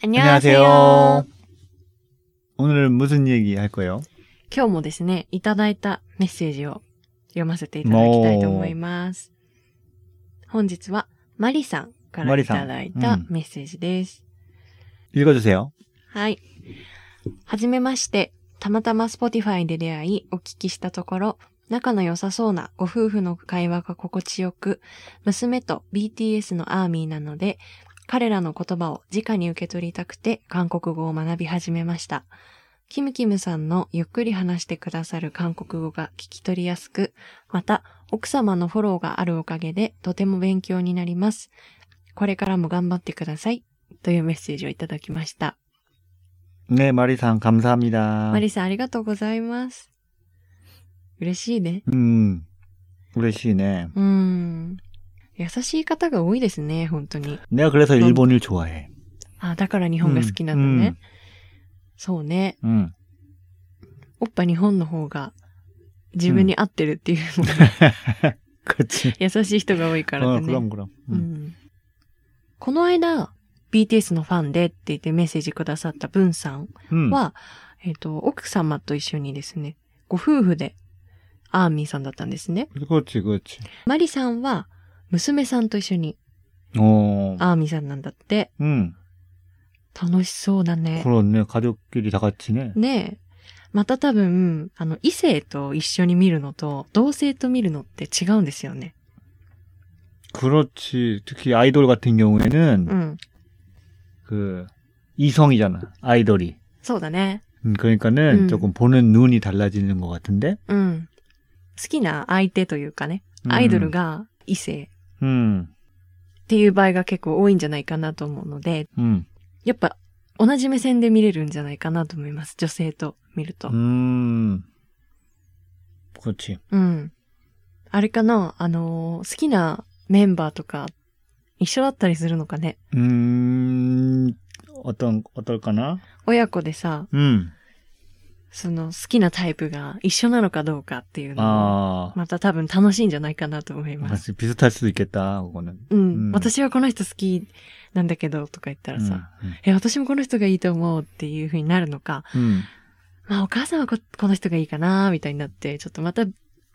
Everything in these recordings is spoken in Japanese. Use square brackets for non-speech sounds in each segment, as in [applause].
안녕하세요. 오늘은 무슨 얘기 할 거예요? 今日もですね、いただいたメッセージを読ませていただきたいと思います。本日はマリさんかマらリいさんただいたうんメッセージです。 읽어주세요. はい。はじめまして。たまたま Spotify で出会い、お聞きしたところ、仲の良さそうなご夫婦の会話が心地よく、娘と BTS のアーミーなので、彼らの言葉を直に受け取りたくて韓国語を学び始めました。キムキムさんのゆっくり話してくださる韓国語が聞き取りやすく、また奥様のフォローがあるおかげでとても勉強になります。これからも頑張ってください。というメッセージをいただきました。 네, 마리상 감사합니다. マリさん、ありがとうございます。嬉しいね。 음, 우레시네. うーん。優しい方が多いですね、本当に。 내가 그래서 너무- 일본을 좋아해. あ、だから日本が好きなのね。そうね。 음, 음. おっぱ日本の方が自分に合ってるっていう、 [laughs] [laughs] 그렇지. 優しい人が多いから [laughs] だ 어, ね。 그럼 그럼. う 음. んこの間、BTS のファンでって言ってメッセージくださったブンさん 음. は、えっ、と、奥様と一緒にですね、ご夫婦でアーミーさんだったんですね。 그렇지, 그렇지. マリさんは娘さんと一緒に 어, アーミさんなんだって。 음, 楽しそうだね。 그렇네. 음. 가족끼리 다 같이네. ねえ。また多分、あの、異性と一緒に見るのと、同性と見るのって違うんですよね。 그렇지. 특히 아이돌 같은 경우에는 うん。 그 이성이잖아. 아이돌이. そうだね。 음, 그러니까는 음. 조금 보는 눈이 달라지는 것 같은데. うん。好きな相手というかね、 음, アイドルが異性 음, っていう場合が結構多いんじゃないかなと思うので、 음, やっぱ同じ目線で見れるんじゃないかなと思います。女性と見ると。 음. 그렇지. うん。あれかなあのー好きなメンバーとか、一緒だったりするのかね 음, 어떤, 어떨까나? 親子でさ、 음, その好きなタイプが一緒なのかどうかっていうのを、 아, また多分楽しいんじゃないかなと思います。 사실 비슷할 수도 있겠다, 그거는. [laughs] うん。うん私はこの人好きなんだけどとか言ったら 음, さ、 음, え、私もこの人がいいと思うっていう風になるのか、 음, まあお母さんはここの人がいいかなみたいになって、ちょっとまた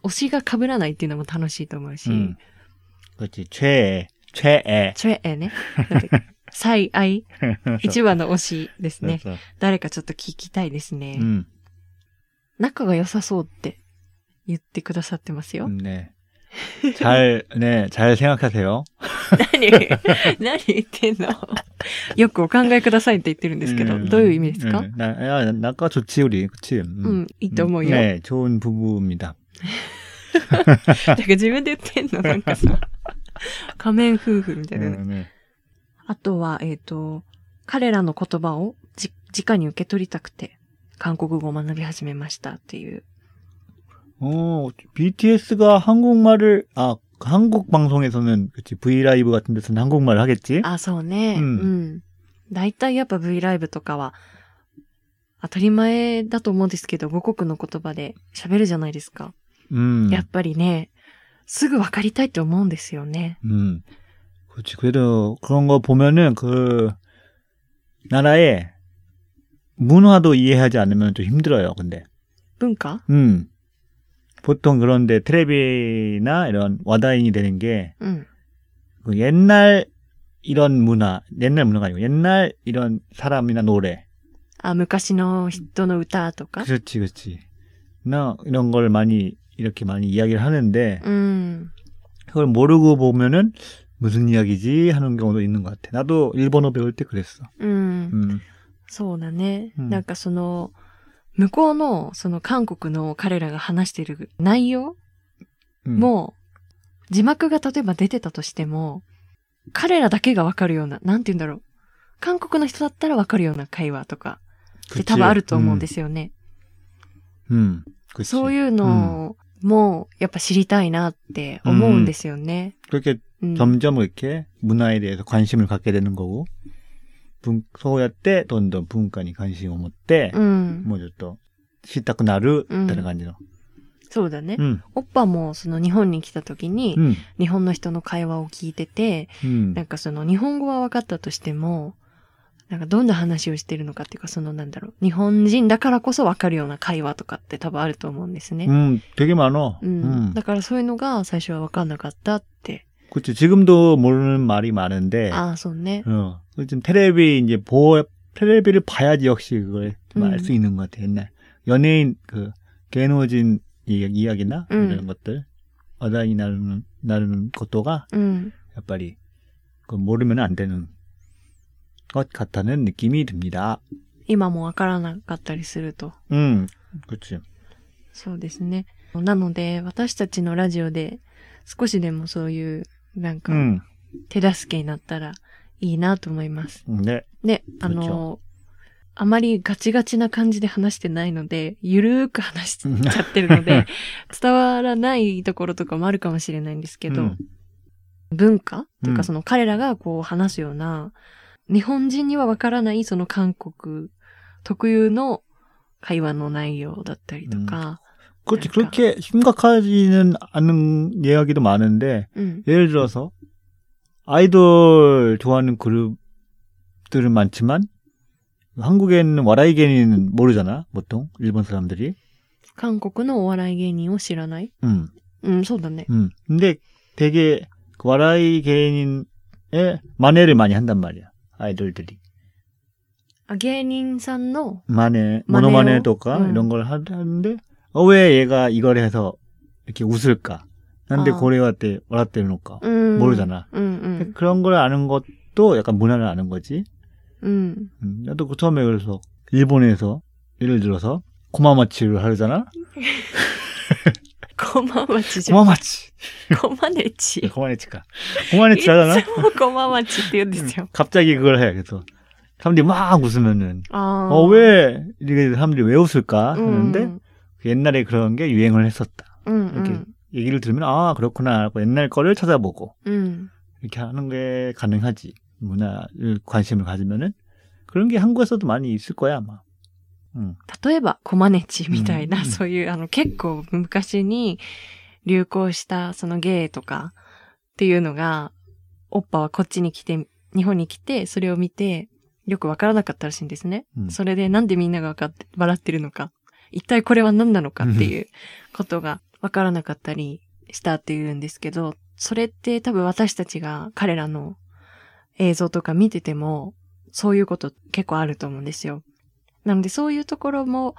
推しが被らないっていうのも楽しいと思うし、 음. 그렇지, 최애, [laughs] 최애. チェエ [laughs] ね。なんだっけ最愛一番の推しですね。 그래서, 誰かちょっと聞きたいですね。 음, 仲が良さそうって言ってくださってますよ。 음, 네. 잘, 네, 잘 생각하세요. 何 [laughs] 何言ってんの [laughs] よくお考えくださいって言ってるんですけど、 음, どういう意味ですか、 음, 나, 야, 나가 좋지, 우리. 그치? 음. うん、いいと思うよ。 네, 좋은 부부입니다. だから自分で言ってんのなんかさ、 [laughs] 仮面夫婦みたいなね、 음, 네. あとは、えっ、と、彼らの言葉をじ直に受け取りたくて、韓国語を学び始めましたっていう。 어, BTS가 한국말을, 아, 한국 방송에서는, 그치, 브이라이브 같은 데서는 한국말을 하겠지? あ、そうね。ううんん。大体、やっぱ V ライブとかは、当たり前だと思うんですけど、母国の言葉で喋るじゃないですか。 음. やっぱりね、すぐ分かりたいって思うんですよね。 음. 그렇지. 그래도 그런 거 보면은 그, 나라의 문화도 이해하지 않으면 좀 힘들어요, 근데. 文化 음. 보통 그런데 테레비나 이런 와다인이 되는 게, うん。 그 옛날 이런 문화, 옛날 문화가 아니고 옛날 이런 사람이나 노래, あ、昔の人の歌とか。 그렇지, 그렇지. 나 이런 걸 많이 이렇게 많이 이야기를 하는데 うん。 그걸 모르고 보면은 무슨 이야기지 하는 경우도 있는 것 같아. 나도 일본어 배울 때 그랬어. うん。 음, そうだね。うんなんかその、向こうの、その韓国の彼らが話してる内容 음. も、字幕が例えば出てたとしても、彼らだけがわかるような、なんて言うんだろう。韓国の人だったらわかるような会話とか、って多分あると 뭐. 思うんですよね。 음, 음, 그렇지. そういうのも、やっぱ知りたいなって思うんですよね。 그렇게 うん、 점점 이렇게 문화에 대해서 관심을 갖게 되는 거고 분 소야 때 돈도 분간이 관심을 못때 うん。 뭐죠 또 시타크 나르 음. 다른 간지로. そうだね。 음, オッパもその日本に来た時に、 음, 日本の人の会話を聞いてて、 음, なんかその日本語は分かったとしても、なんかどんな話をしてるのかっていうか、そのなんだろう、日本人だからこそわかるような会話とかって多分あると思うんですね。 음, 되게 많어. うん。 음. だからそういうのが最初はわかんなかったって。 그치. 지금도 모르는 말이 많은데. ああ、そうね。 어. 그 지금 테레비 이제 보 테레비를 봐야지 역시 그걸 음. 알 수 있는 것 같아. 옛날 연예인 그 개노진 이- 이야기나 음. 이런 것들 어다이 나르는 나르는 것도가 うん。 약발이 그 모르면 안 되는 것 같다는 느낌이 듭니다. 今もわからなかったりすると。 음, 그렇지. そうですね。なので、私たちのラジオで少しでもそういう、なんか、 음, 手助けになったらいいなと思います。 네, で、あこんにちはの、あまりガチガチな感じで話してないので、ゆるーく話しちゃってるの [laughs] で、伝わらないところとかもあるかもしれないんですけど、 음, 文化といううかんその彼らがこう話すような、日本人にはわからないその韓国特有の会話の内容だったりとか、 그렇지. 그러니까. 그렇게 심각하지는 않은 이야기도 많은데 うん、 예를 들어서 아이돌 좋아하는 그룹들은 많지만 한국에는 와라이게니는 모르잖아 보통 일본 사람들이 韓国のお笑い芸人を知らない 음, うん、そうだね。 음. 근데 되게 그 와라이게니의 만회를 많이 한단 말이야 아이돌들이 あ芸人さんの、 만회 만회요? 모노만회도가 음. 이런 걸 하- 하는데 어, 왜 얘가 이걸 해서 이렇게 웃을까 난데 아. 음. 고래가 때 와라떼를 놓을까 うん、 모르잖아 うん 그런 걸 아는 것도 약간 문화를 아는 거지 うん。うん。 음, 나도 그 처음에 그래서 일본에서 예를 들어서 고마마치를 하잖아. こままちじゃん。 고마마치. こまねち。 고마네치가. 고마네치 하잖아. いつもこままちって言うんですよ 음, 。 갑자기 그걸 해. 그래서 사람들이 막 웃으면은 ああ。 어 왜 이렇게 사람들이 왜 웃을까 うん 하는데 うん 옛날에 그런 게 유행을 했었다. うん。う 이렇게 ん 얘기를 들으면 아 그렇구나 하고 옛날 거를 찾아보고 うん。 이렇게 하는 게 가능하지. 문화를 관심을 가지면은 그런 게 한국에서도 많이 있을 거야 아마. 음. 例えば、コマネチみたいな、うんそういう、あの、結構昔に流行した、その芸とかっていうのが、オッパはこっちに来て、日本に来て、それを見て、よくわからなかったらしいんですね。 음. それで、なんでみんながわかって、笑ってるのか、一体これは何なのかっていうことがわからなかったりしたっていうんですけど、それって多分私たちが彼らの映像とか見てても、そういうこと結構あると思うんですよ。なのでそういうところも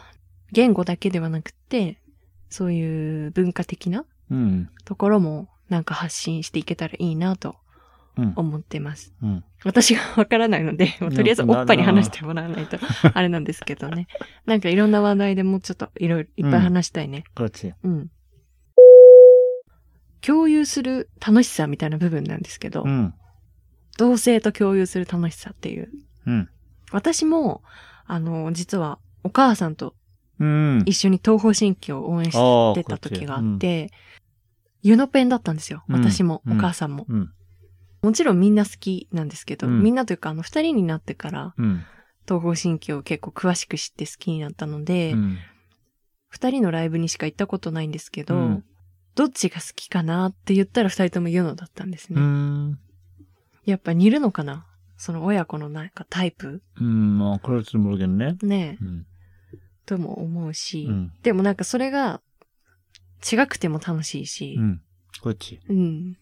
言語だけではなくて、そういう文化的な 음. ところもなんか発信していけたらいいなと 음. 思ってます。 음. 私がわからないので、まあとりあえずいやおっぱいになな話してもらわないと、あれなんですけどね。なんかいろんな話題でもうちょっといろいろいっぱい話したいね。 그렇지. うん。共有する楽しさみたいな部分なんですけど、 음. 同性と共有する楽しさっていう。 음. 私も、あの、実はお母さんと 음. 一緒に東方神起を応援 어, [laughs] してた時があって、ユノペンだったんですよ。うん私も、うんお母さんも、うんもちろんみんな好きなんですけど、うんみんなというか、あの、二人になってから、 음. 東方神起を結構詳しく知って好きになったので、 음. 二人のライブにしか行ったことないんですけど、うんどっちが好きかなって言ったら二人ともユノだったんですね。 음. やっぱ似るのかなその親子のなんかタイプ 음, 어, 그럴 줄 모르겠네. ねえ 음. とも思うし、 음. でもなんかそれが違くても楽しいし、 음. 그렇지. うん。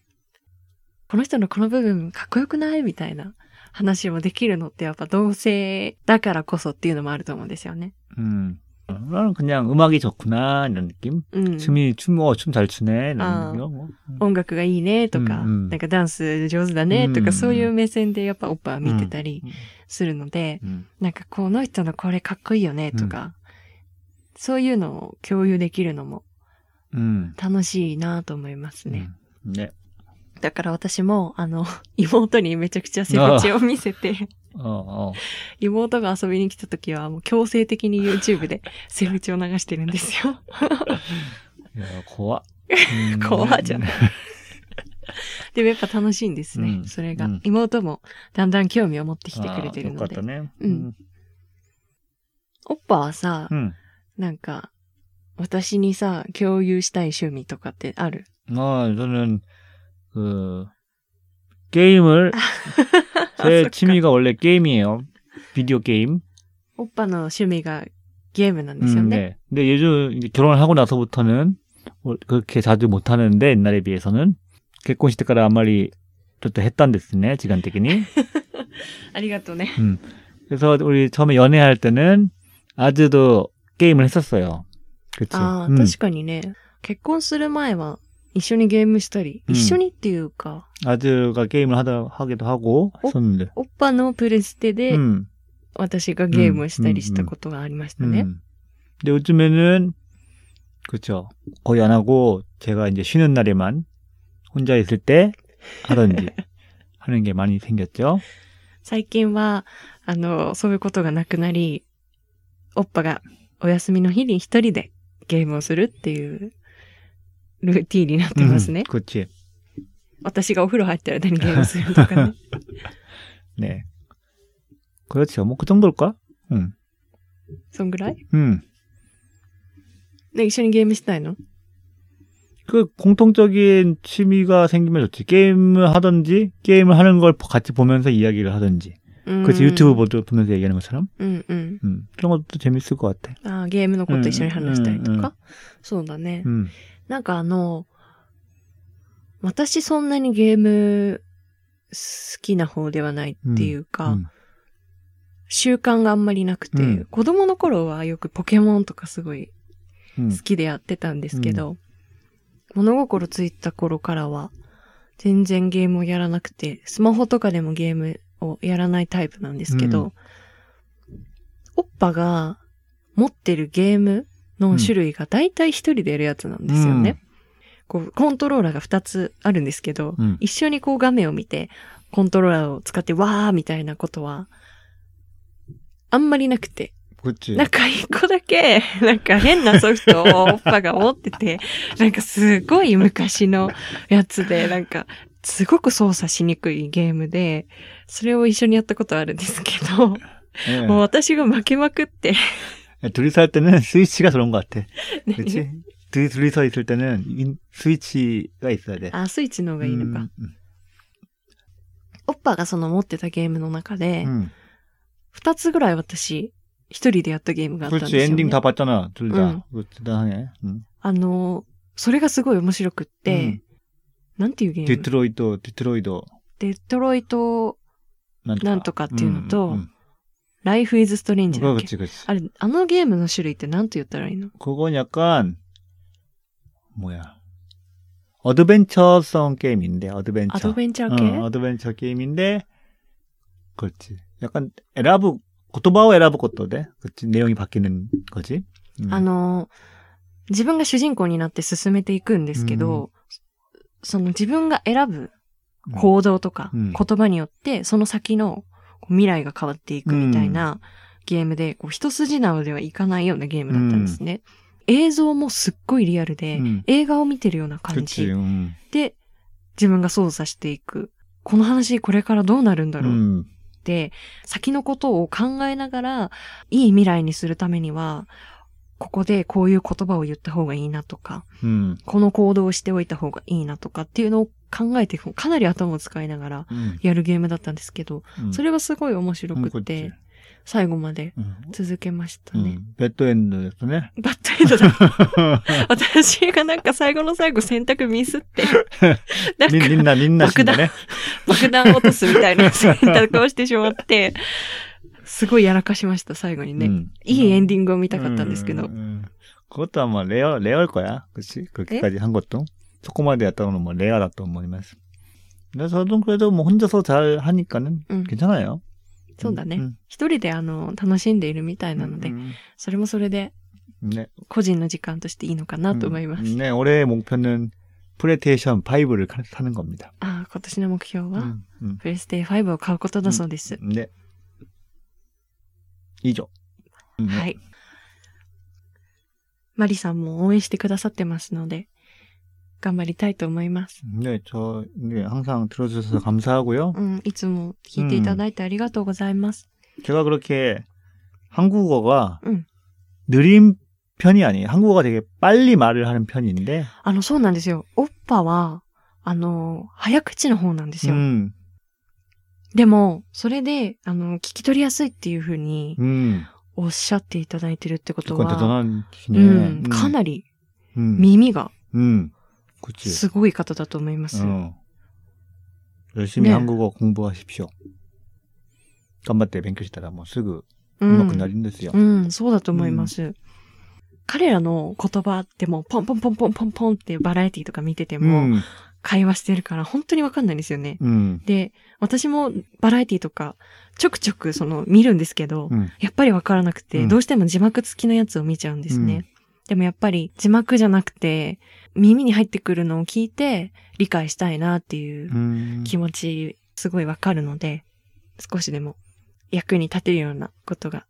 この人のこの部分かっこよくないみたいな話もできるのってやっぱ同性だからこそっていうのもあると思うんですよね。 음. 어, 나는 그냥 음악이 좋구나 이런 느낌. うん。 춤이 춤어춤잘 추네 이런 음. 아. 느낌. 뭐. 音楽がいいねとか、うんうんなんかダンス上手だねとうんうか、んそういう目線でやっぱオッパは見てたり 음. するので、 음. なんかこの人のこれかっこいいよねとか、そういうのを共有できるのも 음. 楽しいなと思いますね。 음. 네. だから私も、あの、 [laughs] 妹にめちゃくちゃ背口を見せ [laughs] て、 어, 어. 妹が遊びに来た時はもう強制的に YouTube [laughs] でセフチを流してるんですよ。 야, 고아. [laughs] 음. 고아잖아. でもやっぱ楽しいんですね。うんそれが、うん妹もだんだん興味を持ってきてくれ 아, てるので。 똑같다네. 음. オッパはさ、 음. なんか、私にさ、共有したい趣味とかってある 어, 저는 [laughs] 아, 그 게임을 제 취미가 원래 게임이에요. 비디오 게임. おっぱの趣味がゲームなんですよ 음, ね。 네. 근데 요즘 이제 결혼을 하고 나서부터는 뭐 그렇게 자주 못 하는데 옛날에 비해서는 결혼 시대からあんまりちょっと 했단ですね 시간的に. ありがとうね。 그래서 우리 처음에 연애할 때는 아즈도 게임을 했었어요. 그치. ああ、 음, 確かにね。結婚する前は一緒にゲームしたり、うん一緒にっていうか、 아즈가 게임을 하다 하기도 하고 어? 네. 했었는데. おっぱのプレステで 음, 私がゲームをしたりしたことがありました 음. ね。 근데 요즘에는 그렇죠. 거의 안 하고 제가 이제 쉬는 날에만 혼자 있을 때 하던지 하는 게 많이 생겼죠. 最近は、あの、そういうことがなくなり、おっぱがお休みの日に一人でゲームをするっていうルーティーンになってますね。 음, 그렇지. 私がお風呂入ってる間にゲームするとかね。 네. 그렇죠. 뭐 그 정도일까? 음, 응. そんぐらい 응. ね、一緒にゲームしたいの 그 공통적인 취미가 생기면 좋지. 게임을 하든지 게임을 하는 걸 같이 보면서 이야기를 하든지. うん。 그렇지. 유튜브 보드 보면서 얘기하는 것처럼. うんうん。 음. 그런 것도 재밌을 것 같아. あーゲームのこと一緒に話したりとか。うんうんうんそうだね。 음. なんかあの、私そんなにゲーム好きな方ではないっていうか、 음. 習慣があんまりなくて、うん子供の頃はよくポケモンとかすごい 음. 好きでやってたんですけど、物心ついた頃からは全然ゲームをやらなくて、スマホとかでもゲームをやらないタイプなんですけど、おっぱが持ってるゲームの種類が大体一人でやるやつなんですよね。こう、コントローラーが2つあるんですけど、 음. 一緒にこう画面を見て、コントローラーを使ってわーみたいなことは、あんまりなくて。 그렇지. なんか一個だけ、 [laughs] なんか変なソフトをおっぱが持ってて、 [laughs] なんかすごい昔のやつ [laughs] で、なんか、すごく操作しにくいゲームで、それを一緒にやったことあるんですけど、 예. もう私が負けまく [laughs] って、 둘이서 할 때는 [laughs] 스위치가 그런 것 같아. 그렇지? 둘- 둘이서 있을 때는 인- 스위치가 있어야 돼. あ、スイッチの方がいいのか。 음, 음, おっぱがその持ってたゲームの中で、 음. 二つぐらい私、一人でやったゲームがあったんです 그렇지. よ、ね。 엔딩 다 봤잖아. 둘 다. 음. 그거 대단하네. 음. あの、それがすごい面白くって、 음. なんていう 예. ゲームデ 디트로이도, 디트로이도. トロイト、 난とか。なんとかっていうのと、ライフイズストレンジだっけ 음, 그렇지, 그렇지. あれ、あのゲームの種類って何と言ったらいいの 그건 약간, 뭐야. 어드벤처성 게임인데, 어드벤처. アドベンチャー系、 어, 어드벤처 게임인데, 그렇지. 약간, 에라브, 고토바오 에라브 것도 돼. 그렇지. 내용이 바뀌는 거지. 음. あの、自分が主人公になって進めていくんですけど、その自分が選ぶ 음. 行動とか、うん言葉によって、その先のこう未来が変わっていくみたいなゲームで、こう一筋縄ではいかないようなゲームだったんですね。映像もすっごいリアルで、 음. 映画を見てるような感じ 그렇지. 음. で、自分が操作していく。この話これからどうなるんだろう 음. って、先のことを考えながら、いい未来にするためには、ここでこういう言葉を言った方がいいなとか、 음. この行動をしておいた方がいいなとかっていうのを考えていく。かなり頭を使いながら 음. やるゲームだったんですけど、 음. それはすごい面白 음, くっ 그렇지. て、最後まで 음. 続けましたね。 음. 배트엔드였네. バッドエンド [laughs] だ。 [laughs] 私がなんか最後の最後選択ミス [laughs] って、なんか 민, 민나, 민나 막그다. 신다네. 爆弾落とすみたいな選択をしてしま [laughs] って、すごいやらかしました、最後にね。 음. いいエ 음. ンディングを見たかったんですけど、 음, 음. 그것도 아마 레어, 레어일 거야. 그치? 그렇게까지 한 것도. 조그마하게 했다고는 뭐 레어다 또 뭐니면서. 근데 저도 그래도 뭐 혼자서 잘 하니까는 うん 괜찮아요. そうだね。 음, 一人であの、楽しんでいるみたい 음, なので、 음, それもそれで 음. 네. 個人の時間としていいのかなと思います。 음, 네, 올해의 목표는 플레이테이션 5를 사는 겁니다. ああ、今年の目標は、 음, 음. プレステ5を買うことだそうです。 네. 이죠. 음, 네. はい。マリさんも応援してくださってますので、頑張りたいと思います。 네, 저 네, 항상 들어주셔서 감사하고요. うん、いつも聞いていただいてありがとうございます。 제가 그렇게 한국어가 응. 느린 편이 아니에요. 한국어가 되게 빨리 말을 하는 편인데, あの、そうなんですよ。オッパは、あの、早口の方なんですよ。 음, でも、それで、あの、聞き取りやすいっていうふうに 음, おっしゃっていただいてるってこと 그건 は、 대단한 う 시네. ん、かなり 음, 耳が 음, 그치. すごい方だと思います。 어. 열심히 네. 한국어 공부하십시오. 깜바때 뱅크시다가 뭐 쓰고 ううんまくなるんですよ。うん、そうだと思います。彼らの言葉ってもうポンポンポンポンポンポンってバラエティとか見ててうもん。会話してるから本当にわかんないんですよね。うん。で、私もバラエティとかちょくちょくその見るんですけど、うんやっぱりわからなくて、うんどうしても字幕付きのやつを見ちゃうんですね。でもやっぱり字幕じゃなくて耳に入ってくるのを聞いて理解したいなっていう 음, うん。気持ちすごいわかるので、少しでも役に立てるようなことが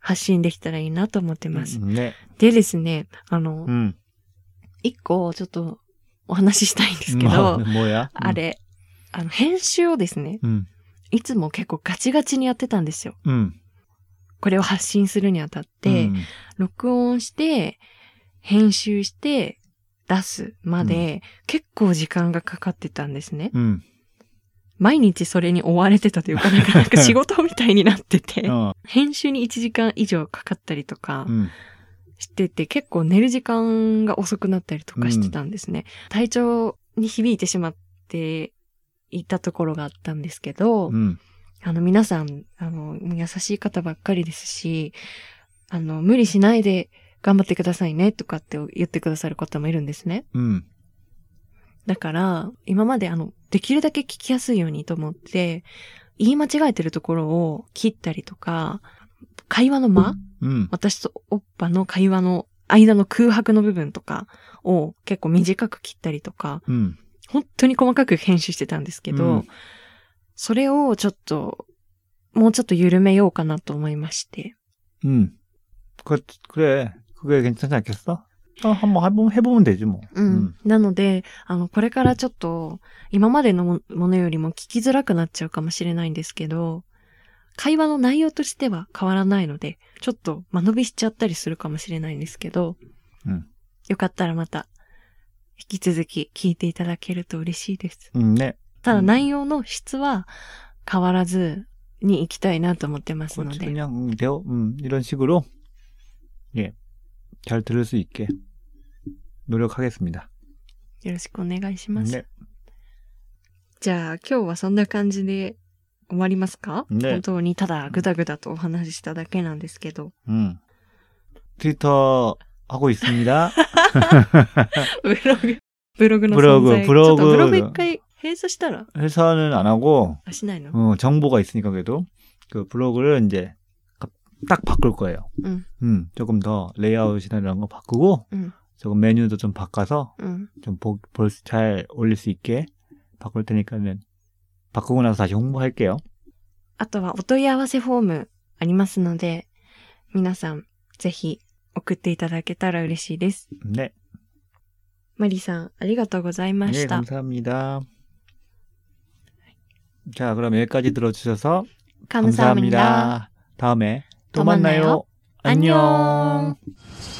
発信できたらいいなと思ってます。うんね。でですね、あのう、ん。一個ちょっとお話ししたいんですけど、ま [laughs] あもや。あれ、あの、編集をですね、うん。いつも結構ガチガチにやってたんですよ。うん。うん。これを発信するにあたって、うん、録音して、編集して、出すまで、結構時間がかかってたんですね。うん。毎日それに追われてたというか、なんかなんか仕事みたいになって [laughs] て、あ編集に1時間以上かかったりとかうん。してて、結構寝る時間が遅くなったりとかしてたんですね。体調に響いてしまっていたところがあったんですけど、うん。あの皆さん、あの、優しい方ばっかりですし、あの、無理しないで頑張ってくださいねとかって言ってくださる方もいるんですね。うん。だから、今まであの、できるだけ聞きやすいようにと思って、言い間違えてるところを切ったりとか、会話の間、うん。私とおっぱの会話の間の空白の部分とかを結構短く切ったりとか、うん。本当に細かく編集してたんですけど、うんそれをちょっと、もうちょっと緩めようかなと思いまして。 음. 그, 그래. 그게 괜찮지 않겠어? 어, 한번 해보면, 해보면 되지 뭐. なので、あの、これからちょっと、今までのもものよりも聞きづらくなっちゃうかもしれないんですけど、会話の内容としては変わらないので、ちょっと間延びしちゃったりするかもしれないんですけど、うんよかったらまた、引き続き聞いていただけると嬉しいです。うん。うんね。ただうん内容の質は変わらずに行きたいなと思ってますの 그렇지. で、 그냥, 음, 돼요. 음, 이런 식으로. 예. 잘 들을 수 있게. 노력하겠습니다. よろしくお願いします。 네. じゃあ今日はそんな感じで終わりますか、ね本当にただぐだぐだとお話ししただけなんですけど。 음. 트위터 하고 [laughs] 있습니다. ブログ、ブログのブログ存在ブちょっログとブログ一回閉鎖したら 회사는 안 하고 あしないの、 어, 정보가 있으니까 그래도 그 블로그를 이제 딱 바꿀 거예요. 응. 음, 조금 더 레이아웃이나 이런 거 바꾸고 응. 조금 메뉴도 좀 바꿔서 うん。 좀볼잘 올릴 수 있게 바꿀 테니까는 바꾸고 나서 다시 홍보할게요. あとはお問い合わせフォームありますので、皆さんぜひ送っていただけたら嬉しいです。 네. マリさん、ありがとうございま 네, した。 감사합니다. 자, 그럼 여기까지 들어주셔서 カムサハムニダ 다음에 또 또 만나요. 만나요. 안녕. 안녕.